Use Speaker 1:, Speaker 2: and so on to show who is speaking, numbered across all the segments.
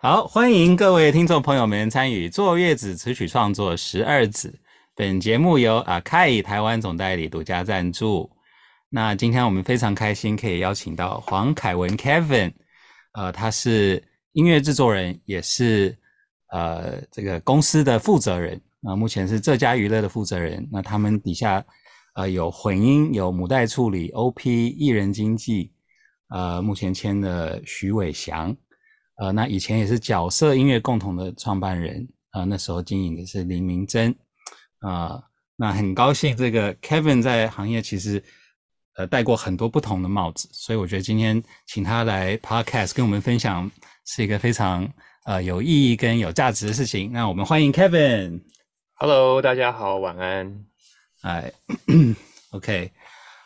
Speaker 1: 好，欢迎各位听众朋友们参与《坐月子词曲创作十二子》。本节目由啊凯台湾总代理独家赞助。那今天我们非常开心，可以邀请到黄凯文 Kevin，呃，他是音乐制作人，也是呃这个公司的负责人，啊、目前是这家娱乐的负责人。那他们底下呃有混音，有母带处理、OP、艺人经纪，呃，目前签了徐伟翔，呃，那以前也是角色音乐共同的创办人，呃，那时候经营的是林明珍，啊、那很高兴这个 Kevin 在行业其实呃戴过很多不同的帽子，所以我觉得今天请他来 Podcast 跟我们分享是一个非常呃有意义跟有价值的事情。那我们欢迎 Kevin。
Speaker 2: Hello，大家好，晚安。
Speaker 1: 哎 ，OK，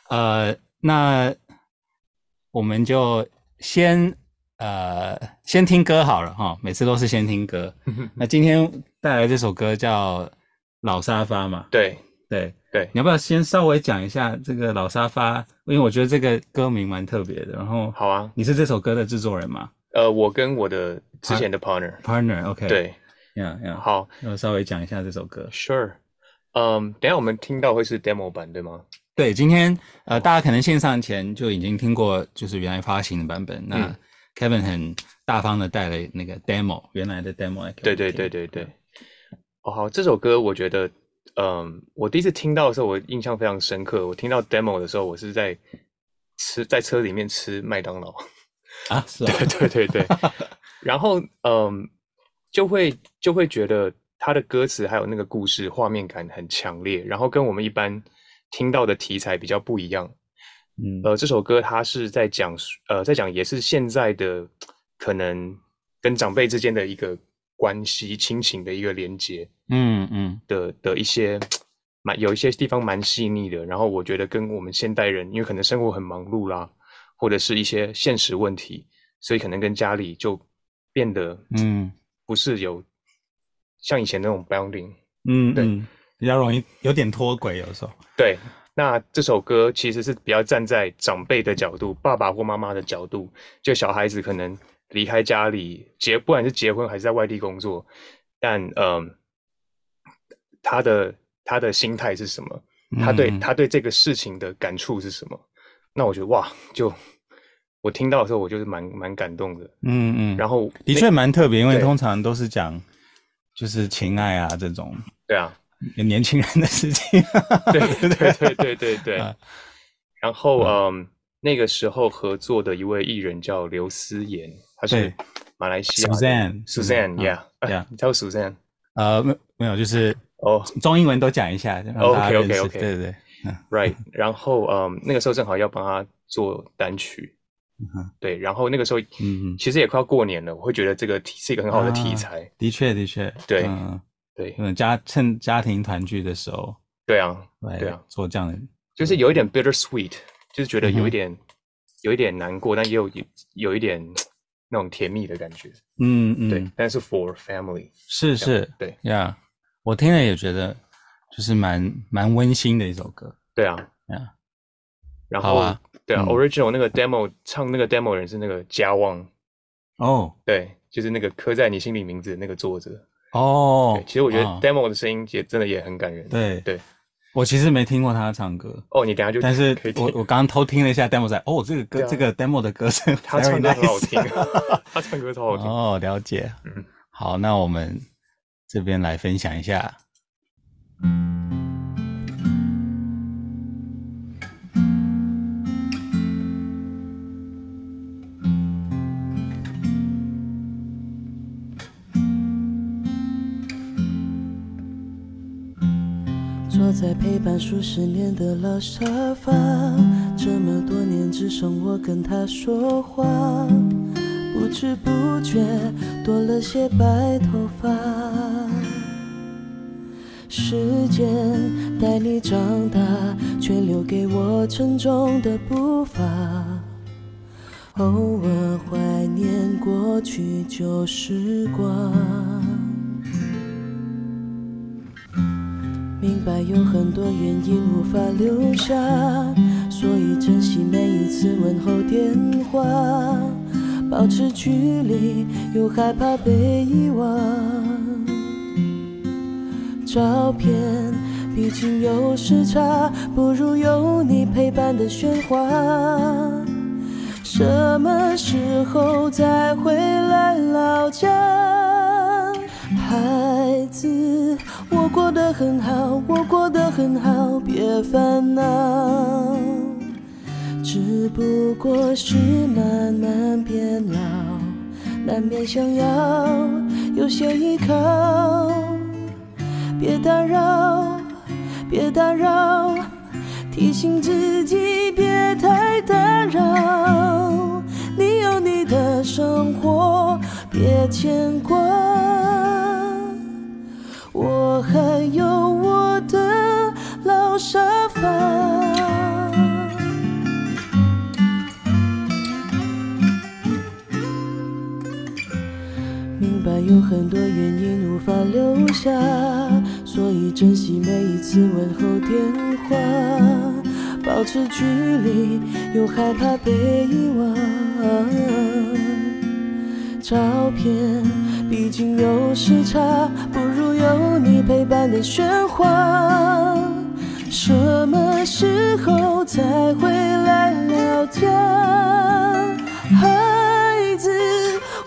Speaker 1: 呃，那我们就先呃先听歌好了哈，每次都是先听 歌。那今天带来这首歌叫《老沙发》嘛，
Speaker 2: 对
Speaker 1: 对
Speaker 2: 对
Speaker 1: 你要不要先稍微讲一下这个《老沙发》？因为我觉得这个歌名蛮特别的。然后，
Speaker 2: 好啊
Speaker 1: 你是这首歌的制作人吗
Speaker 2: 呃，我跟我的之前的 partner，、
Speaker 1: ？Partner，OK，、
Speaker 2: 啊对，嗯
Speaker 1: 呀呀，
Speaker 2: 好
Speaker 1: 要稍微讲一下这首歌。
Speaker 2: ，Sure。嗯，等一下我们听到会是 demo 版，对吗？
Speaker 1: 对，今天呃，大家可能线上前就已经听过，就是原来发行的版本。那
Speaker 2: 嗯
Speaker 1: Kevin 很大方的带了那个 demo，原来的 demo 来给我们听。
Speaker 2: 对对对对对。哦，好，这首歌我觉得，嗯，我第一次听到的时候，我印象非常深刻。我听到 demo 的时候，我是在吃在车里面吃麦当劳。
Speaker 1: 啊，是啊，
Speaker 2: 对对对对，然后嗯，就会就会觉得他的歌词还有那个故事画面感很强烈，然后跟我们一般听到的题材比较不一样。
Speaker 1: 嗯
Speaker 2: 呃，这首歌它是在讲述呃，在讲也是现在的可能跟长辈之间的一个关系、亲情的一个连接
Speaker 1: 嗯嗯
Speaker 2: 的的一些蛮有一些地方蛮细腻的。然后我觉得跟我们现代人，因为可能生活很忙碌啦，或者是一些现实问题，所以可能跟家里就变得
Speaker 1: 嗯
Speaker 2: 不是有像以前那种 bounding。
Speaker 1: 嗯，
Speaker 2: 对
Speaker 1: 嗯，比较容易有点脱轨，有时候。
Speaker 2: 对，那这首歌其实是比较站在长辈的角度，爸爸或妈妈的角度，就小孩子可能离开家里结，不管是结婚还是在外地工作，但嗯、他的他的心态是什么？他对
Speaker 1: 嗯
Speaker 2: 他对这个事情的感触是什么？那我觉得哇，就我听到的时候，我就是蛮蛮感动的。
Speaker 1: 嗯嗯，
Speaker 2: 然后
Speaker 1: 的确蛮特别，因为
Speaker 2: 对
Speaker 1: 通常都是讲就是情爱啊这种
Speaker 2: 对啊，
Speaker 1: 年轻人的事情。
Speaker 2: 对对对对对对
Speaker 1: 啊。
Speaker 2: 然后嗯，那个时候合作的一位艺人叫刘思妍，她是
Speaker 1: 对
Speaker 2: 马来西亚的
Speaker 1: Suzanne
Speaker 2: Suzanne
Speaker 1: Suzanne，啊
Speaker 2: yeah，
Speaker 1: yeah
Speaker 2: 啊你叫 Suzanne
Speaker 1: 呃，没没有，就是
Speaker 2: 哦
Speaker 1: 中英文都讲一下，让大家认识。
Speaker 2: OK，OK，OK
Speaker 1: 对对对。
Speaker 2: ，right。然后嗯，那个时候正好要帮她做单曲
Speaker 1: 嗯哼，
Speaker 2: 对。然后那个时候
Speaker 1: 嗯啊嗯
Speaker 2: 其实也快要过年了，我会觉得这个题是一个很好的题材，
Speaker 1: 的确，的确，
Speaker 2: 对
Speaker 1: 嗯，
Speaker 2: 对
Speaker 1: 嗯，家趁家庭团聚的时候
Speaker 2: 对啊，
Speaker 1: 来
Speaker 2: 对啊
Speaker 1: 做这样的，
Speaker 2: 就是有一点 bittersweet，就是觉得
Speaker 1: 嗯
Speaker 2: 有
Speaker 1: 哼
Speaker 2: 一点有一点难过，但也有有一点那种甜蜜的感觉，
Speaker 1: 嗯嗯，
Speaker 2: 对。但是 for family，
Speaker 1: 是是，
Speaker 2: 对
Speaker 1: 呀我听了也觉得就是蛮蛮温馨的一首歌，
Speaker 2: 对啊，
Speaker 1: Yeah
Speaker 2: 然
Speaker 1: 好
Speaker 2: 后、
Speaker 1: 啊
Speaker 2: 对啊、
Speaker 1: 嗯
Speaker 2: o r i g i n a l 那个 demo 唱那个 demo 的人是那个家旺，
Speaker 1: 哦
Speaker 2: 对，就是那个刻在你心里名字的那个作者。
Speaker 1: 哦
Speaker 2: 对，，其实我觉得
Speaker 1: 哦
Speaker 2: demo 的声音也真的也很感人。
Speaker 1: 对
Speaker 2: 对，
Speaker 1: 我其实没听过他唱歌，
Speaker 2: 哦，你等一下就
Speaker 1: 但是
Speaker 2: 可以听
Speaker 1: 我我刚刚偷听了一下 demo 在，哦，这个歌
Speaker 2: 对啊
Speaker 1: 这个 demo 的歌声 very nice，
Speaker 2: 他唱 歌很好听， 他唱歌超好听。
Speaker 1: 哦，了解。
Speaker 2: 嗯
Speaker 1: 好，那我们这边来分享一下。
Speaker 3: 坐在陪伴数十年的老沙发，这么多年只剩我跟他说话，不知不觉多了些白头发。时间带你长大，却留给我沉重的步伐。偶尔怀念过去旧时光。明白有很多原因无法留下，所以珍惜每一次问候电话，把保持距离，又害怕被遗忘。照片毕竟有时差，不如有你陪伴的喧哗。什么时候再回来老家？孩子，我过得很好，我过得很好，别烦恼。只不过是慢慢变老，难免想要有些依靠。别打扰，别打扰，提醒自己别太打扰。你有你的生活，别牵挂。我还有我的老沙发。明白有很多原因无法留下，所以珍惜每一次问候电话，保持距离，又害怕被遗忘。照片毕竟有时差，不如有你陪伴的喧哗。什么时候才回来老家？孩子，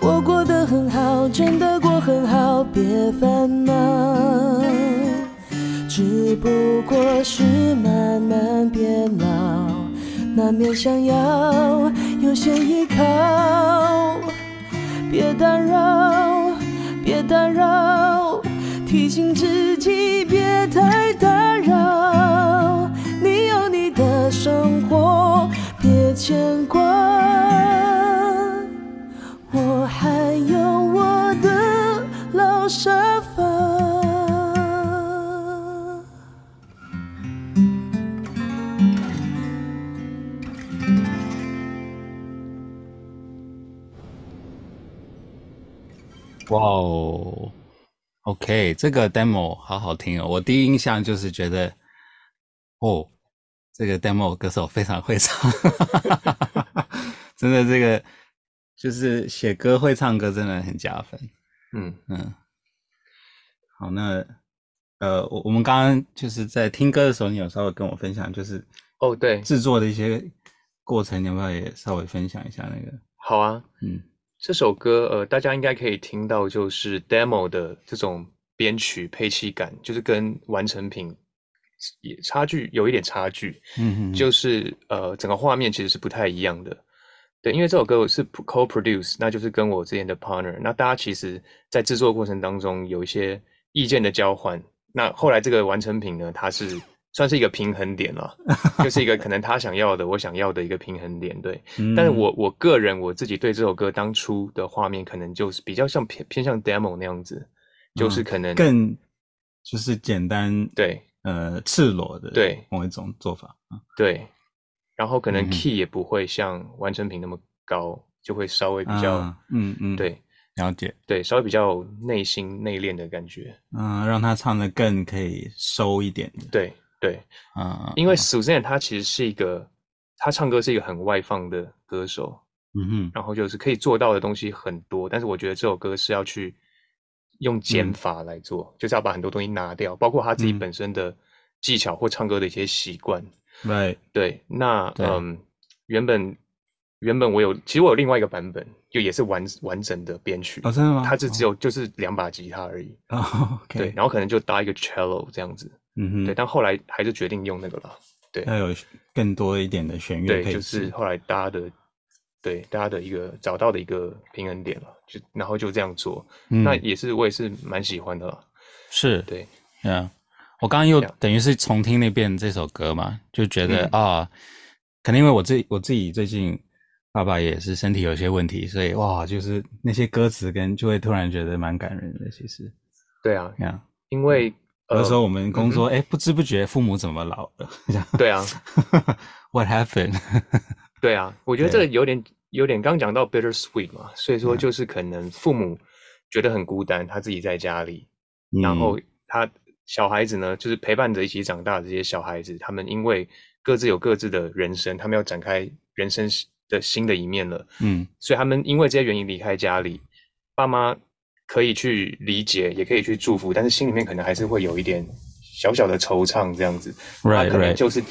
Speaker 3: 我过得很好，真的过很好，别烦恼。只不过是慢慢变老，难免想要有些依靠。别打扰，别打扰，提醒自己别太打扰。你有你的生活，别牵挂。我还有我的老沙发。
Speaker 1: 哇哦，OK，这个 demo 好好听哦。我第一印象就是觉得，哦，这个 demo 歌手非常会唱， 真的，这个就是写歌会唱歌真的很加分。
Speaker 2: 嗯，
Speaker 1: 嗯，好，那呃，我我们刚刚就是在听歌的时候，你有稍微跟我分享，就是
Speaker 2: 哦对，
Speaker 1: 制作的一些过程，你要不要也稍微分享一下那个？
Speaker 2: 好啊，
Speaker 1: 嗯，
Speaker 2: 这首歌呃，大家应该可以听到，就是 demo 的这种编曲配器感，就是跟完成品也差距有一点差距，
Speaker 1: 嗯嗯，
Speaker 2: 就是呃，整个画面其实是不太一样的。对，因为这首歌我是 co-produce，那就是跟我之前的 partner。那大家其实，在制作过程当中有一些意见的交换。那后来这个完成品呢，它是算是一个平衡点了，就是一个可能他想要的，我想要的一个平衡点。对，
Speaker 1: 嗯
Speaker 2: 但是我我个人我自己对这首歌当初的画面，可能就是比较像偏偏向 demo 那样子，就是
Speaker 1: 嗯
Speaker 2: 可能、
Speaker 1: 更就是简单，
Speaker 2: 对
Speaker 1: 呃，赤裸的
Speaker 2: 对
Speaker 1: 某一种做法。
Speaker 2: 对，然后可
Speaker 1: 嗯
Speaker 2: 能
Speaker 1: 哼
Speaker 2: key 也不会像完成品那么高，就会稍微比较、
Speaker 1: 啊嗯嗯，，
Speaker 2: 对
Speaker 1: 了解，
Speaker 2: 对，稍微比较内心内敛的感觉。
Speaker 1: 嗯、让他唱的更可以收一点的，
Speaker 2: 对对，
Speaker 1: 啊、
Speaker 2: 因为 Suzanne 她其实是一个，她唱歌是一个很外放的歌手，
Speaker 1: 嗯哼，
Speaker 2: 然后就是可以做到的东西很多，但是我觉得这首歌是要去用减
Speaker 1: 嗯
Speaker 2: 法来做，就是要把很多东西拿掉，包括他自己
Speaker 1: 嗯
Speaker 2: 本身的技巧或唱歌的一些习惯。
Speaker 1: 对，
Speaker 2: 对，那
Speaker 1: 对
Speaker 2: 嗯，原本原本我有，其实我有另外一个版本，就也是完完整的编曲，
Speaker 1: 哦，真的吗？
Speaker 2: 它是只有就是两把吉他而已，
Speaker 1: 哦哦，OK，
Speaker 2: 对，然后可能就搭一个 cello 这样子，
Speaker 1: 嗯哼，
Speaker 2: 对，但后来还是决定用那个了，
Speaker 1: 要有更多一点的弦乐
Speaker 2: 对，
Speaker 1: 配
Speaker 2: 就
Speaker 1: 置，
Speaker 2: 是后来大家的。对，大家的一个找到的一个平衡点了，就然后就这样做，
Speaker 1: 嗯、
Speaker 2: 那也是我也是蛮喜欢的啦。
Speaker 1: 是
Speaker 2: 对，
Speaker 1: 嗯，我刚刚又
Speaker 2: 这样
Speaker 1: 等于是重听那遍这首歌嘛，就觉得
Speaker 2: 嗯
Speaker 1: 啊、可能因为我自己我自己最近爸爸也是身体有些问题，所以哇，就是那些歌词跟就会突然觉得蛮感人的。其实，
Speaker 2: 对啊，
Speaker 1: 这样
Speaker 2: 因为
Speaker 1: 有嗯的时候我
Speaker 2: 呃，
Speaker 1: 们工作，哎、不知不觉父母怎么老了？ 这样
Speaker 2: 对啊，
Speaker 1: ，What happened？
Speaker 2: 对啊，我觉得这
Speaker 1: 对嗯
Speaker 2: 个有点有点刚讲到 bittersweet 嘛，所以说就是可能父母觉得很孤单，他自己在家里， 然后
Speaker 1: 嗯
Speaker 2: 他小孩子呢，就是陪伴着一起长大的这些小孩子，他们因为各自有各自的人生，他们要展开人生的新的一面了。
Speaker 1: 嗯
Speaker 2: 所以他们因为这些原因离开家里，爸妈可以去理解，也可以去祝福，但是心里面可能还是会有一点小小的惆怅这样子。他
Speaker 1: ，right
Speaker 2: 可能
Speaker 1: right，
Speaker 2: 就是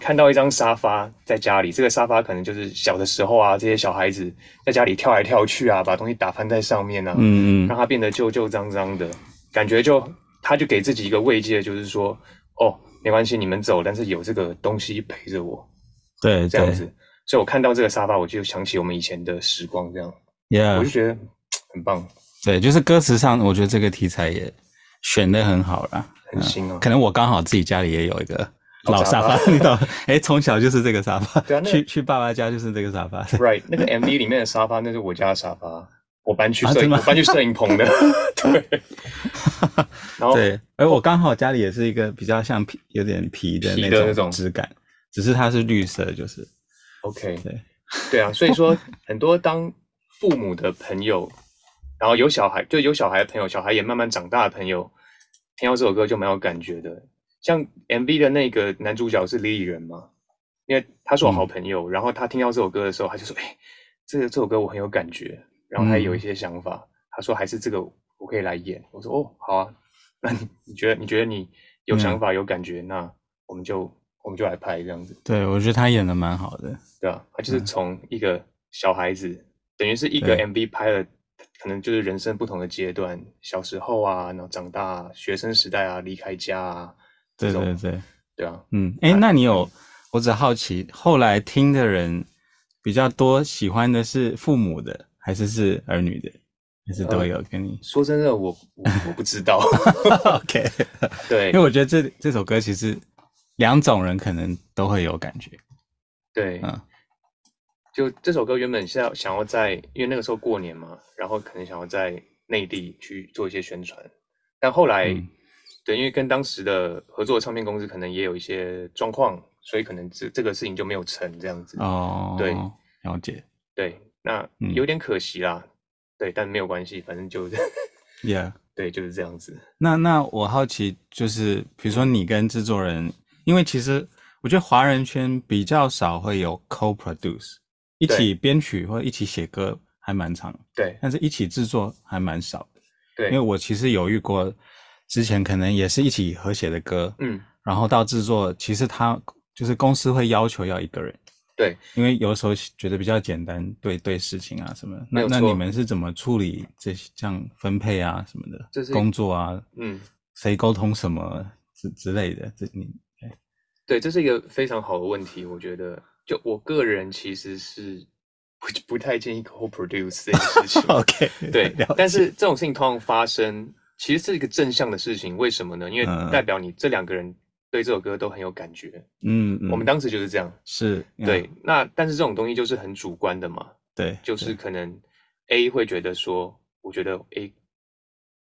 Speaker 2: 看到一张沙发在家里，这个沙发可能就是小的时候啊，这些小孩子在家里跳来跳去啊，把东西打翻在上面啊，
Speaker 1: 嗯嗯，
Speaker 2: 让它变得旧旧脏脏的，感觉就他就给自己一个慰藉，就是说，哦，没关系，你们走，但是有这个东西陪着我
Speaker 1: 对
Speaker 2: 这样
Speaker 1: 对
Speaker 2: 子。所以我看到这个沙发，我就想起我们以前的时光，这样我就
Speaker 1: ，yeah，
Speaker 2: 觉得很棒，
Speaker 1: 对，就是歌词上，我觉得这个题材也选的很好啦。
Speaker 2: 很新啊。
Speaker 1: 可能我刚好自己家里也有一个老
Speaker 2: 老
Speaker 1: 沙
Speaker 2: 沙
Speaker 1: 发
Speaker 2: 发，
Speaker 1: 你懂？哎，从小就是这个沙发，
Speaker 2: 对啊那个
Speaker 1: 去去爸爸家就是这个沙发。
Speaker 2: Right，那个 MV 里面的沙发，那是我家的沙发，我搬去
Speaker 1: 啊
Speaker 2: 摄
Speaker 1: 真
Speaker 2: 影，
Speaker 1: 的
Speaker 2: 我
Speaker 1: 吗
Speaker 2: 搬去摄影棚的。 对， 然 后
Speaker 1: 对，而我刚好家里也是一个比较像皮，有点皮的
Speaker 2: 皮的
Speaker 1: 那
Speaker 2: 那种
Speaker 1: 质感，只是它是绿色，就是。
Speaker 2: OK，
Speaker 1: 对
Speaker 2: 对啊，所以说很多当父母的朋友，然后有小孩，就有小孩的朋友，小孩也慢慢长大的朋友，听到这首歌就蛮有感觉的。像 MV 的那个男主角是李李仁嘛，因为他是我好朋友，然后他听到这首歌的时候，他就说：“哎，这个这首歌我很有感觉。”然后他也有一些想法，他说：“还是这个我可以来演。”我说：“哦，好啊，那你你觉得你觉得你有想法、有感觉，那我们就我们就来拍这样子。”
Speaker 1: 对，我觉得他演的蛮好的。
Speaker 2: 对啊，他就是从一个小孩子，等于是一
Speaker 1: 嗯
Speaker 2: 个
Speaker 1: 对
Speaker 2: MV 拍了，可能就是人生不同的阶段，小时候啊，然后长大、啊，学生时代啊，离开家啊，这
Speaker 1: 对
Speaker 2: 种
Speaker 1: 对对，
Speaker 2: 对啊，
Speaker 1: 嗯，哎，那你有？我只好奇，后来听的人比较多，喜欢的是父母的，还是是儿女的，还是都
Speaker 2: 呃
Speaker 1: 有跟你
Speaker 2: 说真的，我我我不知道，
Speaker 1: ？OK，
Speaker 2: 对
Speaker 1: 因为我觉得这这首歌其实两种人可能都会有感觉。
Speaker 2: 对，
Speaker 1: 嗯
Speaker 2: 就这首歌原本是要想要在，因为那个时候过年嘛，然后可能想要在内地去做一些宣传，但后来、
Speaker 1: 嗯
Speaker 2: 对，因为跟当时的合作唱片公司可能也有一些状况，所以可能这这个事情就没有成这样子。
Speaker 1: 哦，
Speaker 2: 对，
Speaker 1: 了解。
Speaker 2: 对，那
Speaker 1: 嗯
Speaker 2: 有点可惜啦。对，但没有关系，反正就是
Speaker 1: Yeah，
Speaker 2: 对，就是这样子。
Speaker 1: 那那我好奇就是，比如说你跟制作人，因为其实我觉得华人圈比较少会有 co-produce，一起编曲或一起写歌还蛮长，
Speaker 2: 对
Speaker 1: 但是一起制作还蛮少的。
Speaker 2: 对，
Speaker 1: 因为我其实有遇过，之前可能也是一起合写的歌，
Speaker 2: 嗯，
Speaker 1: 然后到制作，其实他就是公司会要求要一个人。
Speaker 2: 对，
Speaker 1: 因为有时候觉得比较简单，对对事情啊什么的，那
Speaker 2: 没有
Speaker 1: 那
Speaker 2: 错
Speaker 1: 你们是怎么处理这些这样分配啊什么的，
Speaker 2: 这是
Speaker 1: 工作啊，
Speaker 2: 嗯，
Speaker 1: 谁沟通什么之之类的，这 你。
Speaker 2: 对，这是一个非常好的问题，我觉得。就我个人其实是不 不太建议 co-produce 这件事情
Speaker 1: OK
Speaker 2: 对
Speaker 1: 哦了解，
Speaker 2: 但是这种事情通常发生，其实是一个正向的事情。为什么呢？因为
Speaker 1: 嗯
Speaker 2: 代表你这两个人对这首歌都很有感觉。
Speaker 1: 嗯，嗯
Speaker 2: 我们当时就是这样。
Speaker 1: 是
Speaker 2: 对
Speaker 1: 嗯，
Speaker 2: 那但是这种东西就是很主观的嘛。
Speaker 1: 对，
Speaker 2: 就
Speaker 1: 对
Speaker 2: 是可能 A 会觉得说，我觉得 A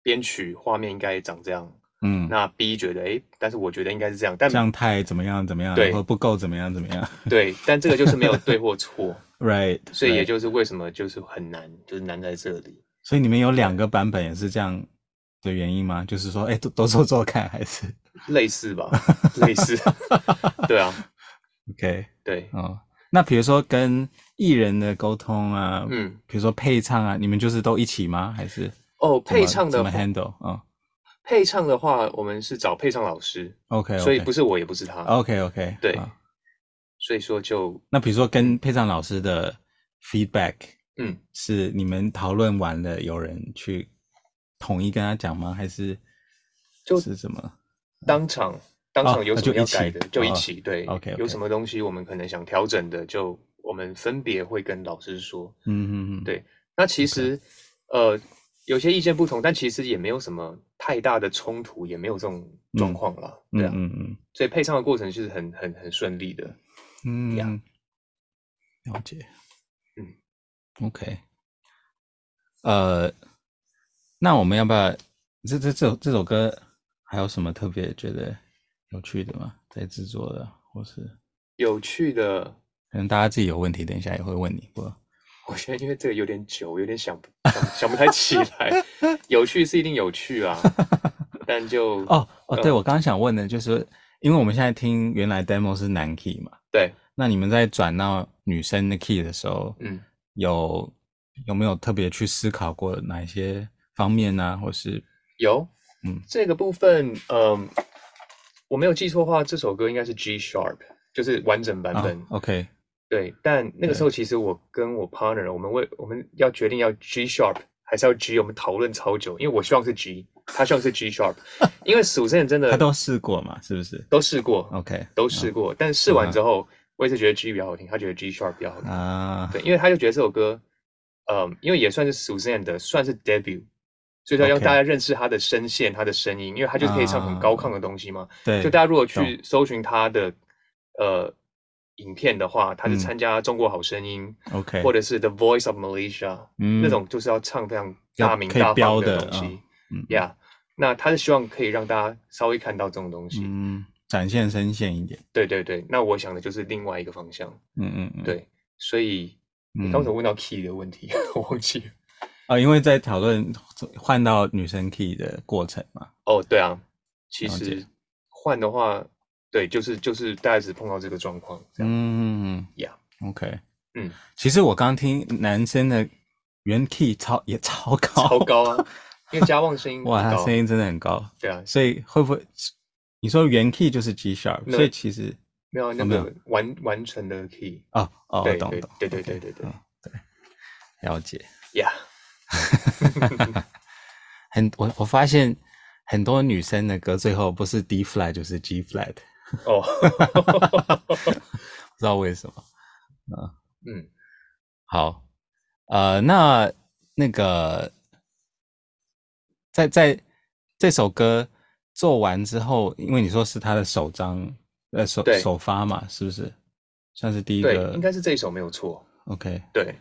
Speaker 2: 编曲画面应该长这样，
Speaker 1: 嗯，
Speaker 2: 那 B 觉得哎，诶但是我觉得应该是这样，但
Speaker 1: 这样太怎么样怎么样，
Speaker 2: 对
Speaker 1: 或不够怎么样怎么样
Speaker 2: 对，但这个就 是没有对或错，
Speaker 1: ，right，
Speaker 2: 所以也
Speaker 1: right
Speaker 2: 就是为什么就是很难，就是难在这里。
Speaker 1: 所以你们有两个版本也是这样的原因吗？就是说，哎，都都做做看，还是
Speaker 2: 类似吧，类 似，对啊，
Speaker 1: OK
Speaker 2: 对，
Speaker 1: 哦，那比如说跟艺人的沟通啊，
Speaker 2: 嗯，
Speaker 1: 比如说配唱啊，你们就是都一起吗？还是
Speaker 2: 哦，
Speaker 1: 怎么
Speaker 2: 配唱的
Speaker 1: 怎么
Speaker 2: 话
Speaker 1: handle 啊、
Speaker 2: 配唱的话，我们是找配唱老师，
Speaker 1: o k
Speaker 2: 所以不
Speaker 1: 是
Speaker 2: 是我也不是他，
Speaker 1: OK OK
Speaker 2: 对
Speaker 1: 好
Speaker 2: 所以说就
Speaker 1: 哦那比如说跟配唱老师的 feedback
Speaker 2: 嗯，
Speaker 1: 是你们讨论完了，有人去统一跟他讲吗？还是
Speaker 2: 就是
Speaker 1: 什么？
Speaker 2: 当场当
Speaker 1: 哦
Speaker 2: 场有什
Speaker 1: 就
Speaker 2: 么
Speaker 1: 一
Speaker 2: 要
Speaker 1: 起
Speaker 2: 改的就一
Speaker 1: 哦
Speaker 2: 起，对
Speaker 1: OK，OK
Speaker 2: 有什么东西我们可能想调整的，就我们分别会跟老师说。
Speaker 1: 嗯嗯嗯，
Speaker 2: 对那其实呃有些意见不同，但其实也没有什么太大的冲突，也没有这种状况啦，对啊，
Speaker 1: 嗯嗯嗯
Speaker 2: 所以配唱的过程是很很很顺利的。
Speaker 1: 嗯
Speaker 2: Yeah
Speaker 1: 了解。
Speaker 2: 嗯
Speaker 1: ，OK。呃，那我们要不要这这这首这首歌还有什么特别觉得有趣的吗？在制作的，或是
Speaker 2: 有趣的，
Speaker 1: 可能大家自己有问题，等一下也会问你。不过，
Speaker 2: 我现在因为这个有点久，有点想不想想不太起 来。有趣是一定有趣啊，但就
Speaker 1: 哦哦，对
Speaker 2: 嗯
Speaker 1: 我刚刚想问的就是，因为我们现在听原来 demo 是男 key 嘛，
Speaker 2: 对
Speaker 1: 那你们在转到女生的 key 的时候，
Speaker 2: 嗯，
Speaker 1: 有有没有特别去思考过哪一些方面呢、或是
Speaker 2: 有，
Speaker 1: 嗯
Speaker 2: 这个部分，嗯，我没有记错的话，这首歌应该是 G sharp，就是完整版
Speaker 1: 啊
Speaker 2: 本。
Speaker 1: ，OK，
Speaker 2: 对，但那个时候其实我跟我 partner，我们为我们要决定要 G sharp 还是要 G，我们讨论超久，因为我希望是 G，他希望是 G sharp，因为 Susan 真
Speaker 1: 他
Speaker 2: 的
Speaker 1: 都哦试过嘛，是不是
Speaker 2: 都试过，
Speaker 1: ？OK，
Speaker 2: 都试过，但试
Speaker 1: 哦
Speaker 2: 完之后，我也是觉得 G 比较好听，他觉得 G sharp 比较好听。
Speaker 1: 啊，
Speaker 2: 对，因为他就觉得这首歌，嗯，因为也算是 Suzanne 的，算是 debut，所以说让
Speaker 1: OK
Speaker 2: 大家认识他的声线、他的声音，因为他就是可以唱很高亢的东西嘛。
Speaker 1: 啊对，
Speaker 2: 就大家如果去
Speaker 1: 懂
Speaker 2: 搜寻他的呃影片的话，他是
Speaker 1: 嗯
Speaker 2: 参加《中国好声音》
Speaker 1: OK，
Speaker 2: 或者是《The Voice of Malaysia》
Speaker 1: 嗯
Speaker 2: 那种，就是要唱非常
Speaker 1: 要
Speaker 2: 大名
Speaker 1: 可以
Speaker 2: 大
Speaker 1: 飙
Speaker 2: 放的
Speaker 1: 的
Speaker 2: 东西
Speaker 1: 嗯
Speaker 2: 呀。那他是希望可以让大家稍微看到这种东西。
Speaker 1: 嗯，展现声线一点，
Speaker 2: 对对对，那我想的就是另外一个方向。
Speaker 1: 嗯嗯嗯，
Speaker 2: 对，所以你
Speaker 1: 嗯
Speaker 2: 刚才问到 key 的 问题，我忘记了。
Speaker 1: 啊，因为在讨论换到女生 key 的过程嘛，
Speaker 2: 哦，对啊，其
Speaker 1: 了解
Speaker 2: 实换的话，对，就是就是大概只碰到这个状况这
Speaker 1: 嗯
Speaker 2: 样
Speaker 1: 嗯嗯
Speaker 2: 呀。
Speaker 1: 嗯，OK，
Speaker 2: 嗯，
Speaker 1: 其实我刚听男生的原 key 超也超高，
Speaker 2: 超高啊， 因为家旺声音
Speaker 1: 哦 哇，
Speaker 2: 很
Speaker 1: 他
Speaker 2: 高
Speaker 1: 声音真的很高，
Speaker 2: 对啊，
Speaker 1: 所以会不会你说原 key 就是 G sharp，
Speaker 2: 没有
Speaker 1: 所以其实
Speaker 2: 没有那
Speaker 1: 哦没有
Speaker 2: 个完完成的 key
Speaker 1: 哦哦，
Speaker 2: 对
Speaker 1: 懂
Speaker 2: 对
Speaker 1: 懂，
Speaker 2: 对对
Speaker 1: OK，
Speaker 2: 对对对
Speaker 1: 嗯对，了解。
Speaker 2: 呀，
Speaker 1: 很我我发现很多女生的歌最后不是 D flat 就是 G flat，
Speaker 2: 哦，
Speaker 1: 不知道为什么。
Speaker 2: 嗯，
Speaker 1: 好，呃，那那个在在这首歌做完之后，因为你说是他的首张呃首
Speaker 2: 对
Speaker 1: 首发嘛，是不是？算是第一
Speaker 2: 对，
Speaker 1: 个
Speaker 2: 应该是这一首没有错，
Speaker 1: OK。
Speaker 2: 对，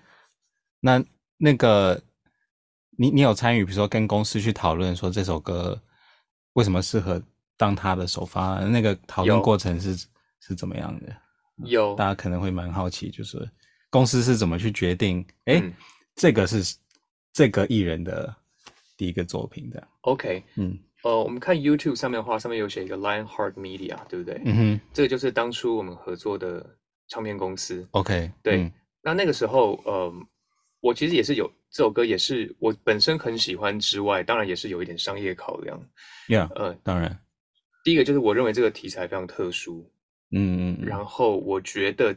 Speaker 1: 那那个你你有参与，比如说跟公司去讨论说这首歌为什么适合当他的首发？那个讨论
Speaker 2: 有
Speaker 1: 过程是是怎么样的？
Speaker 2: 有
Speaker 1: 嗯大家可能会蛮好奇，就是公司是怎么去决定，哎、
Speaker 2: 嗯
Speaker 1: 这个是这个艺人的第一个作品的，
Speaker 2: OK，
Speaker 1: 嗯
Speaker 2: 呃，我们看 YouTube 上面的话，上面有写一个 Lionheart Media，对不对？
Speaker 1: 嗯哼
Speaker 2: 这个就是当初我们合作的唱片公司，
Speaker 1: ，OK，
Speaker 2: 对，
Speaker 1: 嗯
Speaker 2: 那那个时候，嗯，我其实也是有这首歌，也是我本身很喜欢之外，当然也是有一点商业考量。
Speaker 1: ，Yeah，
Speaker 2: 呃，
Speaker 1: 当然，
Speaker 2: 第一个就是我认为这个题材非常特殊，
Speaker 1: 嗯嗯嗯，
Speaker 2: 然后我觉得，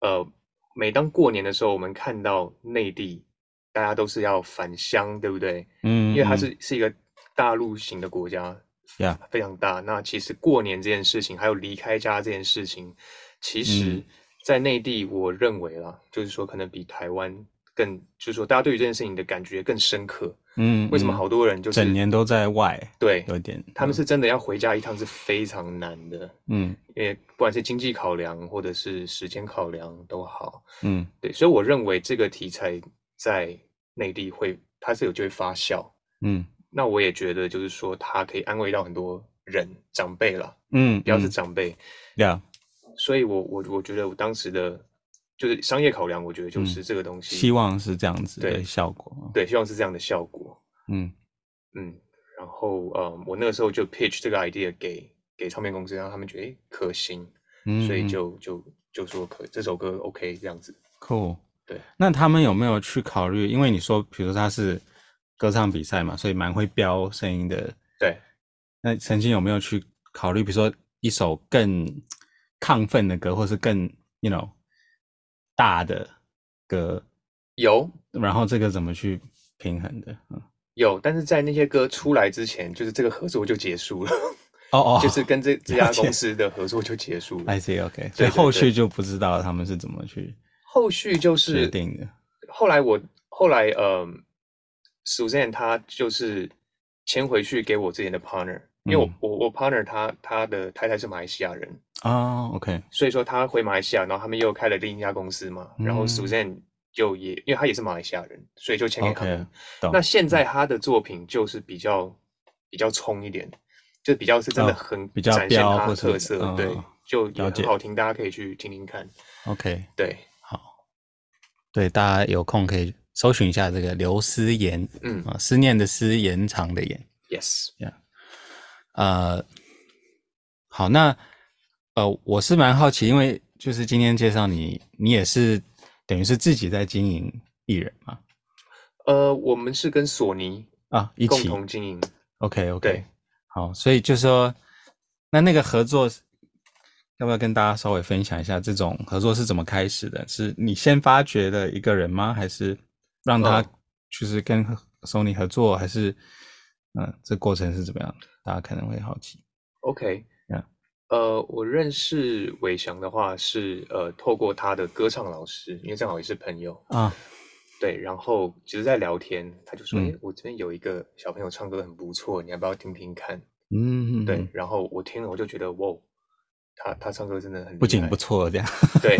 Speaker 2: 呃，每当过年的时候，我们看到内地大家都是要返乡，对不对？
Speaker 1: 嗯，
Speaker 2: 因为它
Speaker 1: 嗯
Speaker 2: 是是一个大陆型的国家
Speaker 1: Yeah
Speaker 2: 非常大。那其实过年这件事情，还有离开家这件事情，其实
Speaker 1: 嗯
Speaker 2: 在内地，我认为啦，就是说可能比台湾更，就是说大家对于这件事情的感觉更深刻。
Speaker 1: 嗯，
Speaker 2: 为什么
Speaker 1: 嗯
Speaker 2: 好多人就是
Speaker 1: 整年都在外，
Speaker 2: 对
Speaker 1: 有点，
Speaker 2: 他们是真的要回家一趟是非常难的，
Speaker 1: 嗯
Speaker 2: 因为不管是经济考量或者是时间考量都好。
Speaker 1: 嗯
Speaker 2: 对，所以我认为这个题材在内地会，它是有机会发酵。
Speaker 1: 嗯
Speaker 2: 那我也觉得，就是说，他可以安慰到很多人长辈啦，
Speaker 1: 嗯，
Speaker 2: 不要是
Speaker 1: 嗯
Speaker 2: 长辈。
Speaker 1: ，Yeah，
Speaker 2: 所以我我我觉得我当时的，就是商业考量，我觉得就是这个东西，
Speaker 1: 嗯希望是这样子的
Speaker 2: 对
Speaker 1: 效果，
Speaker 2: 对，希望是这样的效果。
Speaker 1: 嗯
Speaker 2: 嗯，然后嗯，我那个时候就 pitch 这个 idea 给给唱片公司，让他们觉得诶可行，
Speaker 1: 嗯，
Speaker 2: 所以
Speaker 1: 嗯
Speaker 2: 就就就说可这首歌 OK 这样子。
Speaker 1: Cool，
Speaker 2: 对。
Speaker 1: 那他们有没有去考虑？因为你说，比如说他是歌唱比赛嘛，所以蛮会飙声音的。
Speaker 2: 对，
Speaker 1: 那曾经有没有去考虑，比如说一首更亢奋的歌，或是更 you know 大的歌，
Speaker 2: 有
Speaker 1: 然后这个怎么去平衡的？嗯，
Speaker 2: 有，但是在那些歌出来之前，就是这个合作就结束了，
Speaker 1: 哦哦，
Speaker 2: 就是跟这这
Speaker 1: 了
Speaker 2: 家
Speaker 1: 解
Speaker 2: 公司的合作就结束了
Speaker 1: I。see OK，所
Speaker 2: 对
Speaker 1: 以
Speaker 2: 对
Speaker 1: 后
Speaker 2: 对
Speaker 1: 续就不知道他们是怎么去
Speaker 2: 后续就
Speaker 1: 决
Speaker 2: 是
Speaker 1: 定的。
Speaker 2: 后来我后来呃，Suzanne 她就是迁回去给我之前的 partner，因为我、
Speaker 1: 嗯
Speaker 2: 我我 partner 他他的太太是马来西亚人，
Speaker 1: 哦 o k
Speaker 2: 所以说他回马来西亚，然后他们又开了另一家公司嘛，然后
Speaker 1: 嗯
Speaker 2: Suzanne 就也因为他也是马来西亚人，所以就迁给他们。
Speaker 1: OK，懂嗯
Speaker 2: 那。现在他的作品就是比较比较冲一点，就比较是真的
Speaker 1: 哦
Speaker 2: 很
Speaker 1: 比较
Speaker 2: 展现
Speaker 1: 飙
Speaker 2: 他
Speaker 1: 或
Speaker 2: 的
Speaker 1: 是
Speaker 2: 特色，
Speaker 1: 嗯
Speaker 2: 对，就也
Speaker 1: 了解
Speaker 2: 很好听，大家可以去听听看，
Speaker 1: OK，
Speaker 2: 对，
Speaker 1: 对，大家有空可以搜寻一下这个刘思妍，
Speaker 2: 嗯
Speaker 1: 啊，思念的思，延长的延，
Speaker 2: ，yes，
Speaker 1: 呃，好，那呃，我是蛮好奇，因为就是今天介绍你，你也是等于是自己在经营艺人嘛？
Speaker 2: 呃，我们是跟索尼
Speaker 1: 啊，一
Speaker 2: 共
Speaker 1: 起
Speaker 2: 同经营，
Speaker 1: OK OK，
Speaker 2: 对
Speaker 1: 好，所以就说那那个合作是，要不要跟大家稍微分享一下这种合作是怎么开始的？是你先发掘了一个人吗？还是让他
Speaker 2: 嗯
Speaker 1: 就是跟 Sony 合作？还是嗯，这过程是怎么样的？大家可能会好奇。
Speaker 2: OK，
Speaker 1: Yeah
Speaker 2: 呃，我认识伟翔的话是呃透过他的歌唱老师，因为正好也是朋友，
Speaker 1: 啊，
Speaker 2: 对，然后其实在聊天，他就说，
Speaker 1: 嗯
Speaker 2: 哎、我这边有一个小朋友唱歌很不错，你要不要听听看？
Speaker 1: 嗯，
Speaker 2: 对，，然后我听了我就觉得，哇，他他唱歌真的很
Speaker 1: 不
Speaker 2: 厉
Speaker 1: 仅
Speaker 2: 害
Speaker 1: 不错，这样，
Speaker 2: 对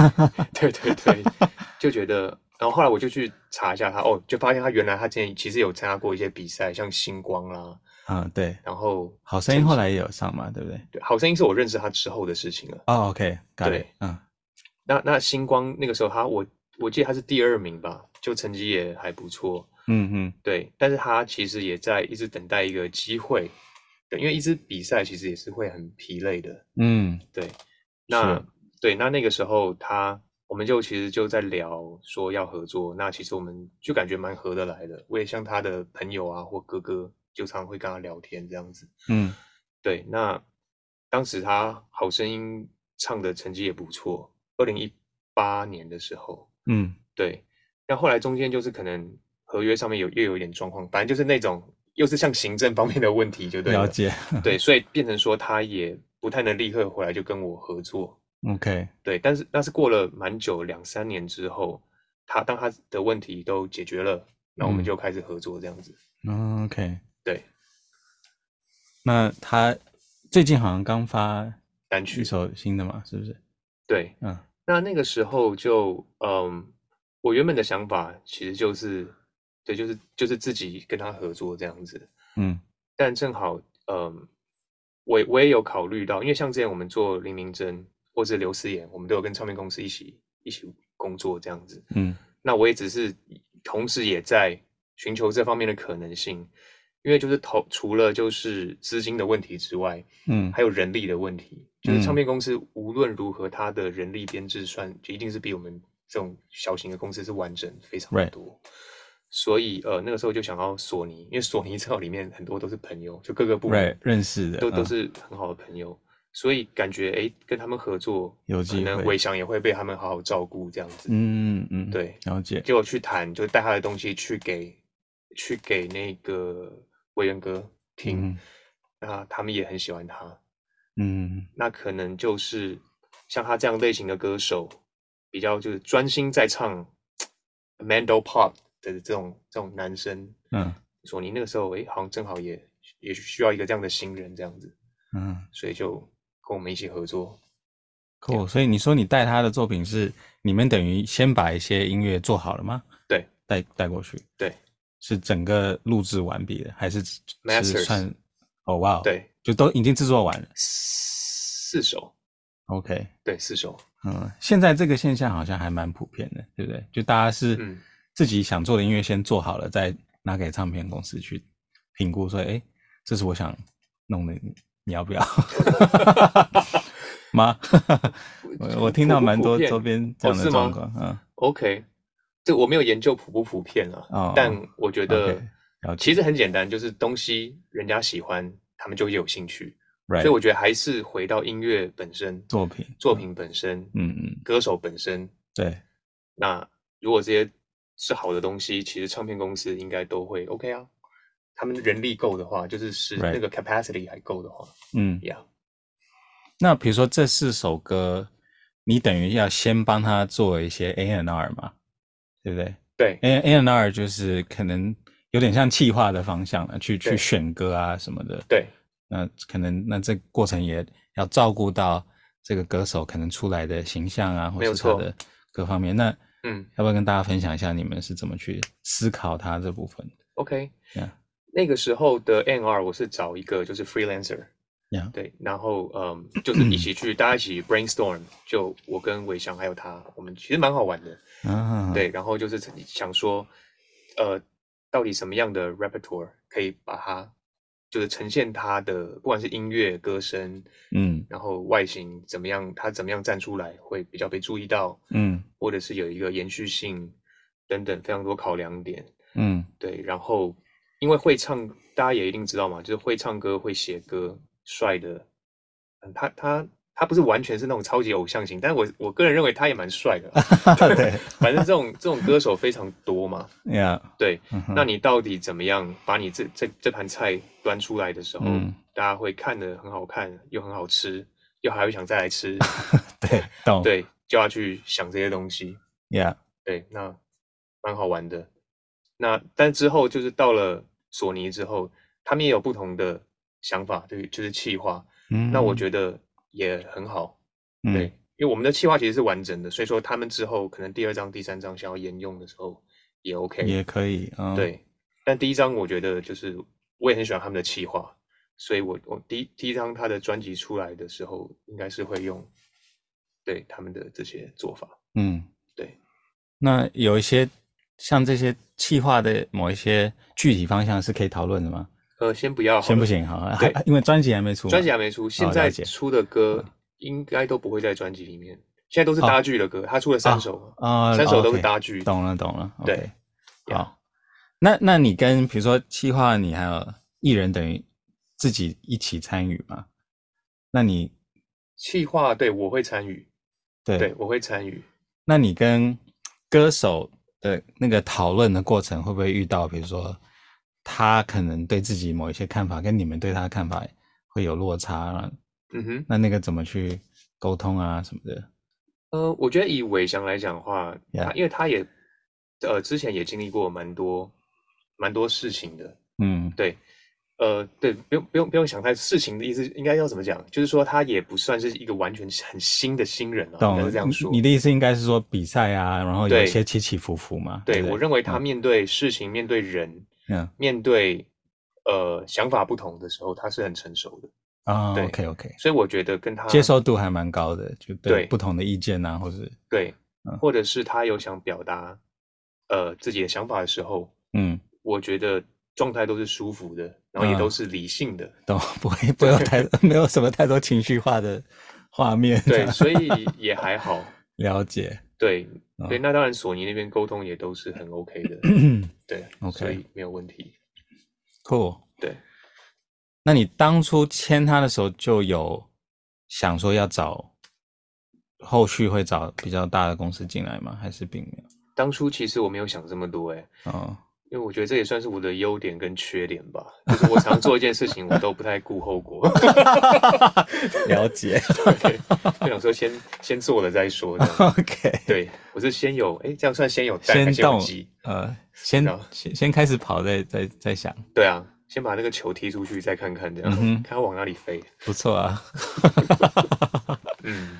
Speaker 2: 对对对，就觉得，然后后来我就去查一下他，哦，就发现他原来他之前其实有参加过一些比赛，像星光啦，
Speaker 1: 啊， 对，
Speaker 2: 然后
Speaker 1: 好声音后来也有上嘛，对不对？
Speaker 2: 对好声音是我认识他之后的事情了。
Speaker 1: 哦，OK，got it，
Speaker 2: 对
Speaker 1: 嗯
Speaker 2: 那那星光那个时候他我我记得他是第二名吧，就成绩也还不错，
Speaker 1: 嗯嗯，
Speaker 2: 对，但是他其实也在一直等待一个机会，对，因为一支比赛其实也是会很疲累的，
Speaker 1: 嗯
Speaker 2: 对，那对，那那个时候他，我们就其实就在聊说要合作，那其实我们就感觉蛮合得来的。我也像他的朋友啊或哥哥，就常会跟他聊天这样子。
Speaker 1: 嗯
Speaker 2: 对，那当时他《好声音》唱的成绩也不错，二零一八年的时候，
Speaker 1: 嗯，
Speaker 2: 对。那后来中间就是可能合约上面有又有一点状况，反正就是那种又是像行政方面的问题，就对
Speaker 1: 了
Speaker 2: 了
Speaker 1: 解
Speaker 2: 对，所以变成说他也不太能立刻回来就跟我合作。
Speaker 1: ，OK，
Speaker 2: 对，但是那是过了蛮久，两三年之后，他当他的问题都解决了，那我
Speaker 1: 嗯
Speaker 2: 们就开始合作这样子。
Speaker 1: 嗯，OK，
Speaker 2: 对，
Speaker 1: 那他最近好像刚发
Speaker 2: 单
Speaker 1: 一
Speaker 2: 曲，
Speaker 1: 首新的嘛，是不是？
Speaker 2: 对，
Speaker 1: 嗯
Speaker 2: 那那个时候就，嗯，我原本的想法其实就是，对，就是就是自己跟他合作这样子，
Speaker 1: 嗯
Speaker 2: 但正好，嗯，我我也有考虑到，因为像之前我们做林明珍或是刘思妍，我们都有跟唱片公司一起一起工作这样子，
Speaker 1: 嗯
Speaker 2: 那我也只是同时也在寻求这方面的可能性，因为就是投除了就是资金的问题之外，
Speaker 1: 嗯
Speaker 2: 还有人力的问题。就是
Speaker 1: 嗯
Speaker 2: 唱片公司无论如何，它的人力编制算就一定是比我们这种小型的公司是完整非常
Speaker 1: Right
Speaker 2: 多。所以呃那个时候就想要索尼，因为索尼 正好里面很多都是朋友，就各个部门
Speaker 1: ，Right，认识的，
Speaker 2: 都都
Speaker 1: 嗯
Speaker 2: 是很好的朋友，所以感觉诶跟他们合作
Speaker 1: 有
Speaker 2: 可
Speaker 1: 机
Speaker 2: 能
Speaker 1: 会
Speaker 2: 伟翔也会被他们好好照顾这样子。
Speaker 1: 嗯嗯嗯，
Speaker 2: 对
Speaker 1: 了解，
Speaker 2: 就去谈，就带他的东西去给去给那个委员哥听，
Speaker 1: 嗯
Speaker 2: 那他们也很喜欢他。
Speaker 1: 嗯
Speaker 2: 那可能就是像他这样类型的歌手，比较就是专心在唱 Mandel Pop 的这种这种男生，
Speaker 1: 嗯
Speaker 2: 索尼那个时候诶，好像正好也也需要一个这样的新人这样子，
Speaker 1: 嗯
Speaker 2: 所以就跟我们一起合作。
Speaker 1: ，Cool。所以你说你带他的作品是你们等于先把一些音乐做好了吗？
Speaker 2: 对，
Speaker 1: 带带过去，
Speaker 2: 对，
Speaker 1: 是整个录制完毕的，还是只是
Speaker 2: Masters
Speaker 1: 算？哦哇哦，，
Speaker 2: 对，
Speaker 1: 就都已经制作完了
Speaker 2: 四首，
Speaker 1: ，OK。
Speaker 2: 对，四首。
Speaker 1: 嗯，现在这个现象好像还蛮普遍的，对不对？就大家是
Speaker 2: 嗯
Speaker 1: 自己想做的音乐先做好了，再拿给唱片公司去评估，说，哎，这是我想弄的，你你要不 要？吗？我我听到蛮多
Speaker 2: 普不普遍
Speaker 1: 周边这样
Speaker 2: 哦
Speaker 1: 的
Speaker 2: 是吗
Speaker 1: 状况，嗯
Speaker 2: OK，这我没有研究普不普遍啊，
Speaker 1: 哦
Speaker 2: 但我觉得
Speaker 1: OK，了解
Speaker 2: 其实很简单，就是东西人家喜欢，他们就有兴趣。
Speaker 1: ，right，
Speaker 2: 所以我觉得还是回到音乐本身、
Speaker 1: 作品，
Speaker 2: 作品本身、
Speaker 1: 嗯嗯，
Speaker 2: 歌手本身。
Speaker 1: 对，
Speaker 2: 那如果这些是好的东西，其实唱片公司应该都会 OK 啊。他们人力够的话，就是是
Speaker 1: Right
Speaker 2: 那个 capacity 还够的话
Speaker 1: 嗯。
Speaker 2: ，Yeah，
Speaker 1: 那比如说这四首歌，你等于要先帮他做一些 A N R 嘛，对不对？
Speaker 2: 对
Speaker 1: A A N R 就是可能有点像企划的方向了，去去
Speaker 2: 对
Speaker 1: 选歌啊什么的。
Speaker 2: 对
Speaker 1: 那可能那这过程也要照顾到这个歌手可能出来的形象啊，或
Speaker 2: 没有
Speaker 1: 是他
Speaker 2: 错
Speaker 1: 的各方面。那
Speaker 2: 嗯
Speaker 1: 要不要跟大家分享一下你们是怎么去思考他这部分？
Speaker 2: ，OK。
Speaker 1: Yeah
Speaker 2: 那个时候的 NR 我是找一个就是 freelancer，
Speaker 1: 这样
Speaker 2: 对，然后嗯，就是一起去，大家一起 brainstorm，就我跟伟翔还有他，我们其实蛮好玩的，
Speaker 1: 啊，
Speaker 2: 对，然后就是想说，呃，到底什么样的 repertoire 可以把它就是呈现他的不管是音乐、歌声，
Speaker 1: 嗯
Speaker 2: 然后外形怎么样，他怎么样站出来会比较被注意到，
Speaker 1: 嗯
Speaker 2: 或者是有一个延续性等等非常多考量点。
Speaker 1: 嗯，
Speaker 2: 对，然后因为会唱，大家也一定知道嘛，就是会唱歌、会写歌、帅的，嗯，他他他不是完全是那种超级偶像型，但我我个人认为他也蛮帅的啦
Speaker 1: 对，
Speaker 2: 反正这种这种歌手非常多嘛，
Speaker 1: ，Yeah，
Speaker 2: 对，
Speaker 1: 嗯哼
Speaker 2: 那你到底怎么样把你这这这盘菜端出来的时候，
Speaker 1: 嗯
Speaker 2: 大家会看的很好看，又很好吃，又还会想再 来吃，
Speaker 1: 对懂
Speaker 2: 对，就要去想这些东西。
Speaker 1: ，Yeah，
Speaker 2: 对，那蛮好玩的。那但之后就是到了索尼之后，他们也有不同的想法，对，就是企划。
Speaker 1: 嗯，
Speaker 2: 那我觉得也很好，
Speaker 1: 得
Speaker 2: 对，因为我们的企划其实是完整的，所以说他们之后可能第二章、第三章想要沿用的时候也 OK，
Speaker 1: 也可以，嗯，，
Speaker 2: 对。但第一章我觉得就是我也很喜欢他们的企划，所以我我第一第一张他的专辑出来的时候，应该是会用对他们的这些做法。
Speaker 1: 嗯，
Speaker 2: 对。
Speaker 1: 那有一些像这些企划的某一些具体方向是可以讨论的吗？
Speaker 2: 呃，先不要好
Speaker 1: 先不
Speaker 2: 了
Speaker 1: 行哈，还
Speaker 2: 对
Speaker 1: 因为专辑还没出嘛，
Speaker 2: 专辑还没出，现
Speaker 1: 啊了
Speaker 2: 在
Speaker 1: 解嗯
Speaker 2: 出的歌应该都不会在专辑里面。现在都是搭剧的歌，他出了
Speaker 1: 哦
Speaker 2: 三首嘛，
Speaker 1: 啊，
Speaker 2: 三首都是
Speaker 1: OK，
Speaker 2: 搭剧。
Speaker 1: 懂了懂了，
Speaker 2: 对
Speaker 1: OK，
Speaker 2: Yeah
Speaker 1: 好。那那你跟比如说企划，你还有艺人等于自己一起参与吗？那你
Speaker 2: 企划对我会参与，
Speaker 1: 对
Speaker 2: 对我会参与。
Speaker 1: 那你跟歌手的那个讨论的过程，会不会遇到，比如说他可能对自己某一些看法，跟你们对他的看法会有落差啊？
Speaker 2: 嗯哼，
Speaker 1: 那那个怎么去沟通啊什么的？
Speaker 2: 呃，我觉得以伟翔来讲的话，他
Speaker 1: Yeah
Speaker 2: 因为他也呃之前也经历过蛮多蛮多事情的，
Speaker 1: 嗯，
Speaker 2: 对，呃，对，不用不用不用想太事情的意思，应该要怎么讲？就是说他也不算是一个完全很新的新人啊，应
Speaker 1: 懂
Speaker 2: 该
Speaker 1: 了。
Speaker 2: 是这样
Speaker 1: 你
Speaker 2: 说。
Speaker 1: 你的意思应该是说比赛啊，然后有一
Speaker 2: 对
Speaker 1: 些起起伏伏嘛？对
Speaker 2: 对
Speaker 1: 不对，
Speaker 2: 我认为他面对事情、面对人、
Speaker 1: 嗯
Speaker 2: 面对呃想法不同的时候，他是很成熟的，
Speaker 1: 啊
Speaker 2: 对
Speaker 1: ，OK OK，
Speaker 2: 所以我觉得跟他
Speaker 1: 接受度还蛮高的，就对
Speaker 2: 对
Speaker 1: 不同的意见啊，或是
Speaker 2: 对
Speaker 1: 嗯，
Speaker 2: 或者是他有想表达呃自己的想法的时候，
Speaker 1: 嗯，
Speaker 2: 我觉得状态都是舒服的，然后也都是理性的，
Speaker 1: 懂，不会不会有太没有什么太多 情绪化的画面。
Speaker 2: 对， 所以也还好，
Speaker 1: 了解。
Speaker 2: 对
Speaker 1: 啊
Speaker 2: 对，那当然索尼那边沟通也都是很 OK 的，对
Speaker 1: OK
Speaker 2: 所以没有问题，
Speaker 1: Cool。
Speaker 2: 对，
Speaker 1: 那你当初签他的时候就有想说要找后续会找比较大的公司进来吗？还是并没有？
Speaker 2: 当初其实我没有想这么多、欸，哎。
Speaker 1: 哦，
Speaker 2: 因为我觉得这也算是我的优点跟缺点吧，就是我常做一件事情，我都不太顾后果，
Speaker 1: 了解。
Speaker 2: 对就想说先先做了再说这样。
Speaker 1: OK，
Speaker 2: 对，我是先有，哎，这样算先有蛋还
Speaker 1: 先
Speaker 2: 是先有
Speaker 1: 动
Speaker 2: 鸡？，
Speaker 1: 呃，先
Speaker 2: 然后
Speaker 1: 先先开始跑，再再再想，
Speaker 2: 对啊，先把那个球踢出去，再看看这样，
Speaker 1: 嗯哼
Speaker 2: 看它往哪里飞。
Speaker 1: 不错啊。
Speaker 2: 嗯，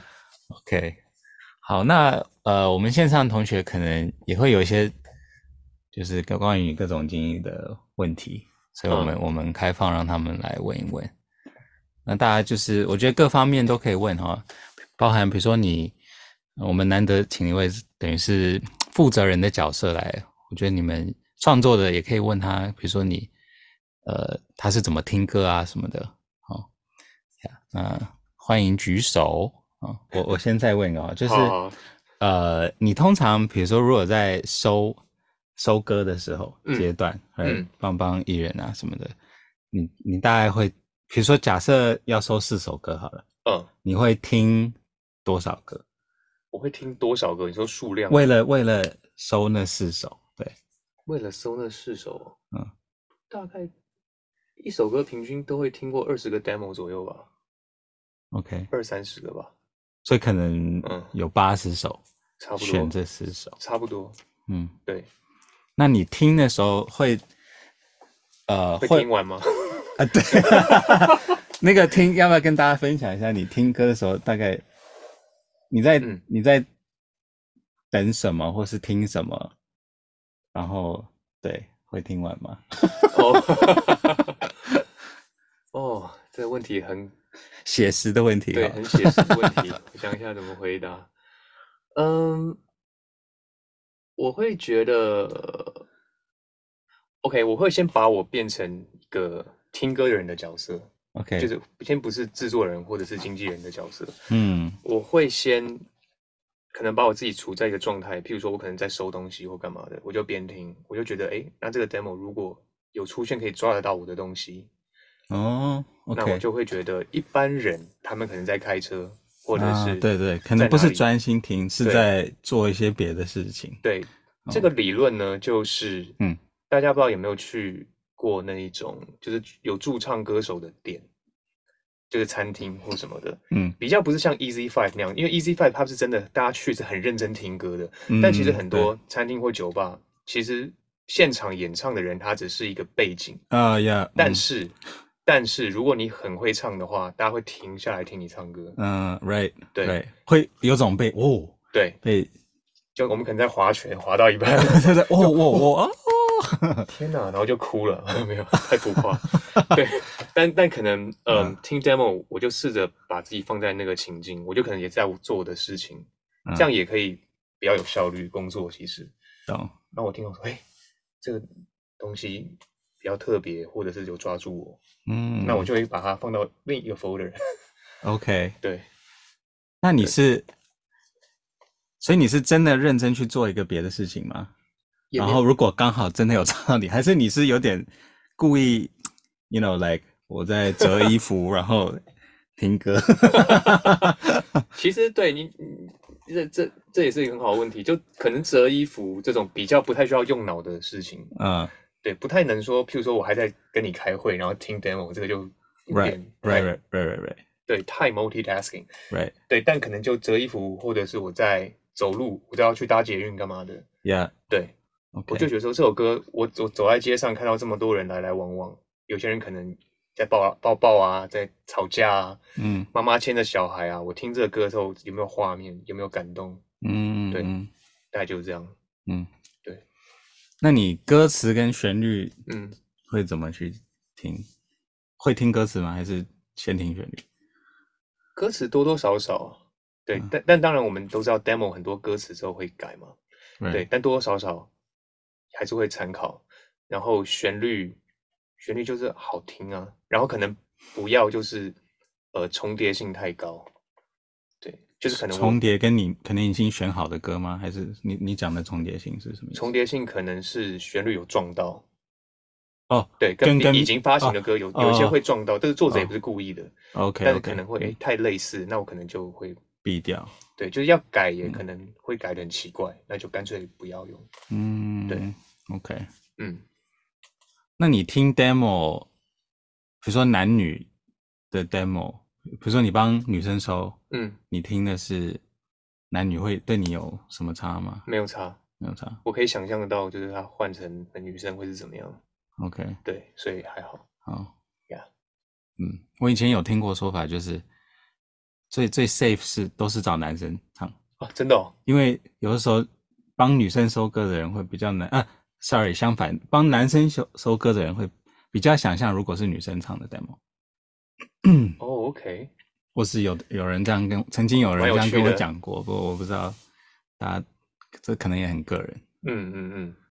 Speaker 1: OK，好，那呃，我们线上同学可能也会有一些，就是关于各种经历的问题，所以我们、我们开放让他们来问一问。那大家就是，我觉得各方面都可以问哈，包含比如说你，呃我们难得请一位等于是负责人的角色来，我觉得你们创作的也可以问他，比如说你，呃，他是怎么听歌啊什么的，好、那欢迎举手啊、我我先再问一个啊，就是
Speaker 2: 好好
Speaker 1: 呃，你通常比如说如果在收收歌的时候
Speaker 2: 嗯
Speaker 1: 阶段，嗯
Speaker 2: 嗯，
Speaker 1: 帮帮艺人啊什么的，你你大概会，比如说假设要收四首歌好了，
Speaker 2: 嗯，
Speaker 1: 你会听多少歌？
Speaker 2: 我会听多少个？你说数量？
Speaker 1: 为了为了收那四首，对，
Speaker 2: 为了搜那四首，哦
Speaker 1: 嗯，
Speaker 2: 大概一首歌平均都会听过二十个 demo 左右吧，
Speaker 1: ，OK，
Speaker 2: 二三十个吧，
Speaker 1: 所以可能
Speaker 2: 嗯
Speaker 1: 有八十首
Speaker 2: 差不
Speaker 1: 选
Speaker 2: 多，
Speaker 1: 这四首，
Speaker 2: 差不多，
Speaker 1: 嗯，
Speaker 2: 对，
Speaker 1: 那你听的时候会。呃，
Speaker 2: 会
Speaker 1: 会
Speaker 2: 听完吗？
Speaker 1: 啊，对， 那个听要不要跟大家分享一下？你听歌的时候，大概你在、
Speaker 2: 嗯
Speaker 1: 你在等什么，或是听什么？然后对，会听完吗？
Speaker 2: 哦， 哦，这个问题很
Speaker 1: 写实的问题、啊
Speaker 2: 对，很写实的问 题。我想一下怎么回答。嗯，我会觉得，OK，我会先把我变成一个听歌的人的角色，
Speaker 1: OK，
Speaker 2: 就是先不是制作人或者是经纪人的角色，
Speaker 1: 嗯
Speaker 2: 我会先可能把我自己处在一个状态，譬如说我可能在收东西或干嘛的，我就边听，我就觉得，哎，那这个 demo 如果有出现可以抓得到我的东西，
Speaker 1: 哦
Speaker 2: 那我
Speaker 1: ，OK，
Speaker 2: 就会觉得一般人他们可能在开车，或者
Speaker 1: 啊
Speaker 2: 是、
Speaker 1: 对对，可能不是专心听，是
Speaker 2: 对
Speaker 1: 在做一些别的事情。
Speaker 2: 对这
Speaker 1: 哦
Speaker 2: 个理论呢，就是
Speaker 1: 嗯，
Speaker 2: 大家不知道有没有去过那一种，就是有驻唱歌手的店，就是餐厅或什么的，
Speaker 1: 嗯，
Speaker 2: 比较不是像 Easy Five 那样，因为 Easy Five 它是真的大家去是很认真听歌的，但其实
Speaker 1: 嗯
Speaker 2: 很多餐厅或酒吧，其实现场演唱的人他只是一个背景，
Speaker 1: 对啊呀，
Speaker 2: 但是、但是如果你很会唱的话，大家会停下来听你唱歌，
Speaker 1: 嗯嗯，right，
Speaker 2: 对
Speaker 1: right，会有种被哦
Speaker 2: 对，
Speaker 1: 被，
Speaker 2: 就我们可能在划拳划到一半
Speaker 1: 他在哦哦哦哦，
Speaker 2: 天哪，然后就哭了，没有太浮夸。对，但但可能，嗯、
Speaker 1: 嗯
Speaker 2: 听 demo 我就试着把自己放在那个情境，我就可能也在做我的事情，
Speaker 1: 嗯
Speaker 2: 这样也可以比较有效率工作。其实，
Speaker 1: 懂
Speaker 2: 那我听我说，哎，这个东西比较特别，或者是有抓住我，
Speaker 1: 嗯，
Speaker 2: 那我就会把它放到另一个 folder。
Speaker 1: OK。
Speaker 2: 对，
Speaker 1: 那你是，所以你是真的认真去做一个别的事情吗？
Speaker 2: 也
Speaker 1: 然
Speaker 2: 没有
Speaker 1: 后如果刚好真的有 找到你，还是你是有点故意，you know like 我在折衣服，然后听歌。
Speaker 2: 其实对你，你这这这也是一个很好的问题，就可能折衣服这种比较不太需要用脑的事情，
Speaker 1: 嗯
Speaker 2: 对，不太能说，譬如说我还在跟你开会，然后听 demo，这个就有
Speaker 1: ，right
Speaker 2: 点
Speaker 1: right
Speaker 2: 太
Speaker 1: right right right
Speaker 2: 对太 multitasking，
Speaker 1: right
Speaker 2: 对，但可能就折衣服，或者是我在走路，我都要去搭捷运干嘛的，
Speaker 1: yeah
Speaker 2: 对，我就
Speaker 1: OK
Speaker 2: 觉得说这首歌，我走走在街上看到这么多人来来往往，有些人可能在抱啊抱抱啊，在吵架啊，
Speaker 1: 嗯
Speaker 2: 妈妈牵着小孩啊，我听这个歌的时候有没有画面，有没有感动，
Speaker 1: 嗯
Speaker 2: 对
Speaker 1: 嗯
Speaker 2: 大概就是这样，
Speaker 1: 嗯
Speaker 2: 对。
Speaker 1: 那你歌词跟旋律
Speaker 2: 嗯，
Speaker 1: 会怎么去听？会听歌词吗？还是先听旋律？
Speaker 2: 歌词多多少少。对，
Speaker 1: 嗯
Speaker 2: 但但当然，我们都知道 demo 很多歌词之后会改嘛，对，但多多少少还是会参考。然后旋律，旋律就是好听啊，然后可能不要就是呃重叠性太高，对，就是可能我
Speaker 1: 重叠跟你可能已经选好的歌吗？还是你你讲的重叠性是什么意思？
Speaker 2: 重叠性可能是旋律有撞到，
Speaker 1: 哦
Speaker 2: 对，跟
Speaker 1: 跟跟
Speaker 2: 已经发行的
Speaker 1: 哦
Speaker 2: 歌有、有一些
Speaker 1: 哦
Speaker 2: 会撞到，但是作者也
Speaker 1: 哦
Speaker 2: 不是故意的，
Speaker 1: ，OK，嗯
Speaker 2: 但是可能会诶太类似，那我可能就会
Speaker 1: 哦避掉。
Speaker 2: 对，就是要改也可能会改的很奇怪，那就干脆不要用，
Speaker 1: 嗯，
Speaker 2: 对
Speaker 1: ，OK。
Speaker 2: 嗯。
Speaker 1: 那你听 demo，比如说男女的 demo，比如说你帮女生收，
Speaker 2: 嗯，
Speaker 1: 你听的是男女会对你有什么差吗？
Speaker 2: 没有差，
Speaker 1: 没有差
Speaker 2: 我可以想象得到，就是它换成女生会是怎么样。
Speaker 1: ，OK，
Speaker 2: 对，所以还好。
Speaker 1: 好。
Speaker 2: Yeah
Speaker 1: 哦嗯，我以前有听过说法，就是最最 safe 是都是找男生唱。
Speaker 2: 啊，真的哦，
Speaker 1: 因为有的时候帮女生收割的人会比较难啊，sorry，相反，帮男生收收割的人会比较想象，如果是女生唱的 demo，
Speaker 2: 哦，OK，
Speaker 1: 或是有有人这样跟曾经有人
Speaker 2: 蛮有
Speaker 1: 这样
Speaker 2: 趣
Speaker 1: 跟我
Speaker 2: 的
Speaker 1: 讲过，不过我不知道大家这可能也很个人。
Speaker 2: 嗯嗯嗯，